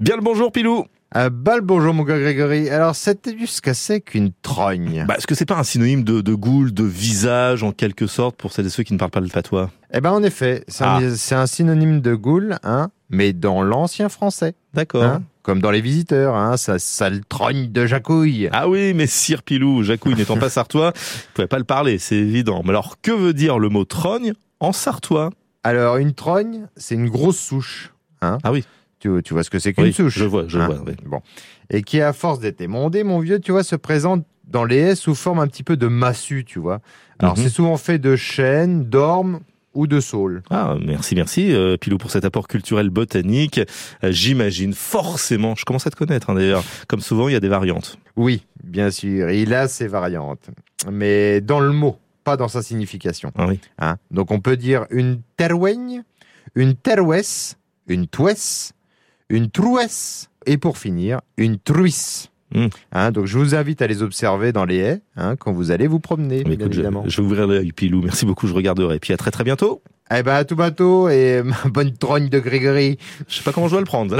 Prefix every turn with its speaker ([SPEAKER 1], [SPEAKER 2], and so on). [SPEAKER 1] Bien le bonjour Pilou
[SPEAKER 2] Un bal Euh, bonjour mon gars Grégory. Alors c'était jusqu'à c'est qu'une trogne.
[SPEAKER 1] bah, Est-ce que c'est pas un synonyme de, de goule, de visage en quelque sorte pour celles et ceux qui ne parlent pas le patois
[SPEAKER 2] Eh ben en effet, c'est
[SPEAKER 1] Ah.
[SPEAKER 2] un- c'est un, synonyme de goule, hein, mais dans l'ancien français.
[SPEAKER 1] D'accord.
[SPEAKER 2] hein, comme dans les visiteurs, hein, sa sale trogne de jacouille.
[SPEAKER 1] ah oui, mais Sire Pilou, Jacouille n'étant pas sartois, il pouvait pas le parler, c'est évident. Mais alors, que veut dire le mot trogne en sartois
[SPEAKER 2] Alors une trogne, c'est une grosse souche. Hein.
[SPEAKER 1] Ah oui.
[SPEAKER 2] Tu, tu vois ce que c'est qu'une
[SPEAKER 1] Oui,
[SPEAKER 2] souche
[SPEAKER 1] Je vois, je
[SPEAKER 2] hein.
[SPEAKER 1] vois. oui.
[SPEAKER 2] Bon. Et qui, à force d'être émondé, mon vieux, tu vois, se présente dans les haies sous forme un petit peu de massue, tu vois. Alors,
[SPEAKER 1] Mhm.
[SPEAKER 2] c'est souvent fait de chêne, d'orme ou de saule.
[SPEAKER 1] Ah, merci, merci euh, Pilou pour cet apport culturel botanique. Euh, J'imagine forcément, je commence à te connaître hein, d'ailleurs, comme souvent il y a des variantes.
[SPEAKER 2] Oui, bien sûr, il a ses variantes. Mais dans le mot, pas dans sa signification.
[SPEAKER 1] Ah oui.
[SPEAKER 2] hein. Donc, on peut dire une terouigne, une terouesse, une touesse, une trouesse et pour finir, une truisse.
[SPEAKER 1] Mhm.
[SPEAKER 2] Hein, donc, je vous invite à les observer dans les haies hein, quand vous allez vous promener,
[SPEAKER 1] Mais
[SPEAKER 2] bien
[SPEAKER 1] écoute, je,
[SPEAKER 2] évidemment.
[SPEAKER 1] je vais ouvrir l'œil Pilou, merci beaucoup, je regarderai. Et puis à très très bientôt.
[SPEAKER 2] Eh ben, à tout bientôt et bonne trogne de Grégory.
[SPEAKER 1] Je sais pas comment je dois le prendre.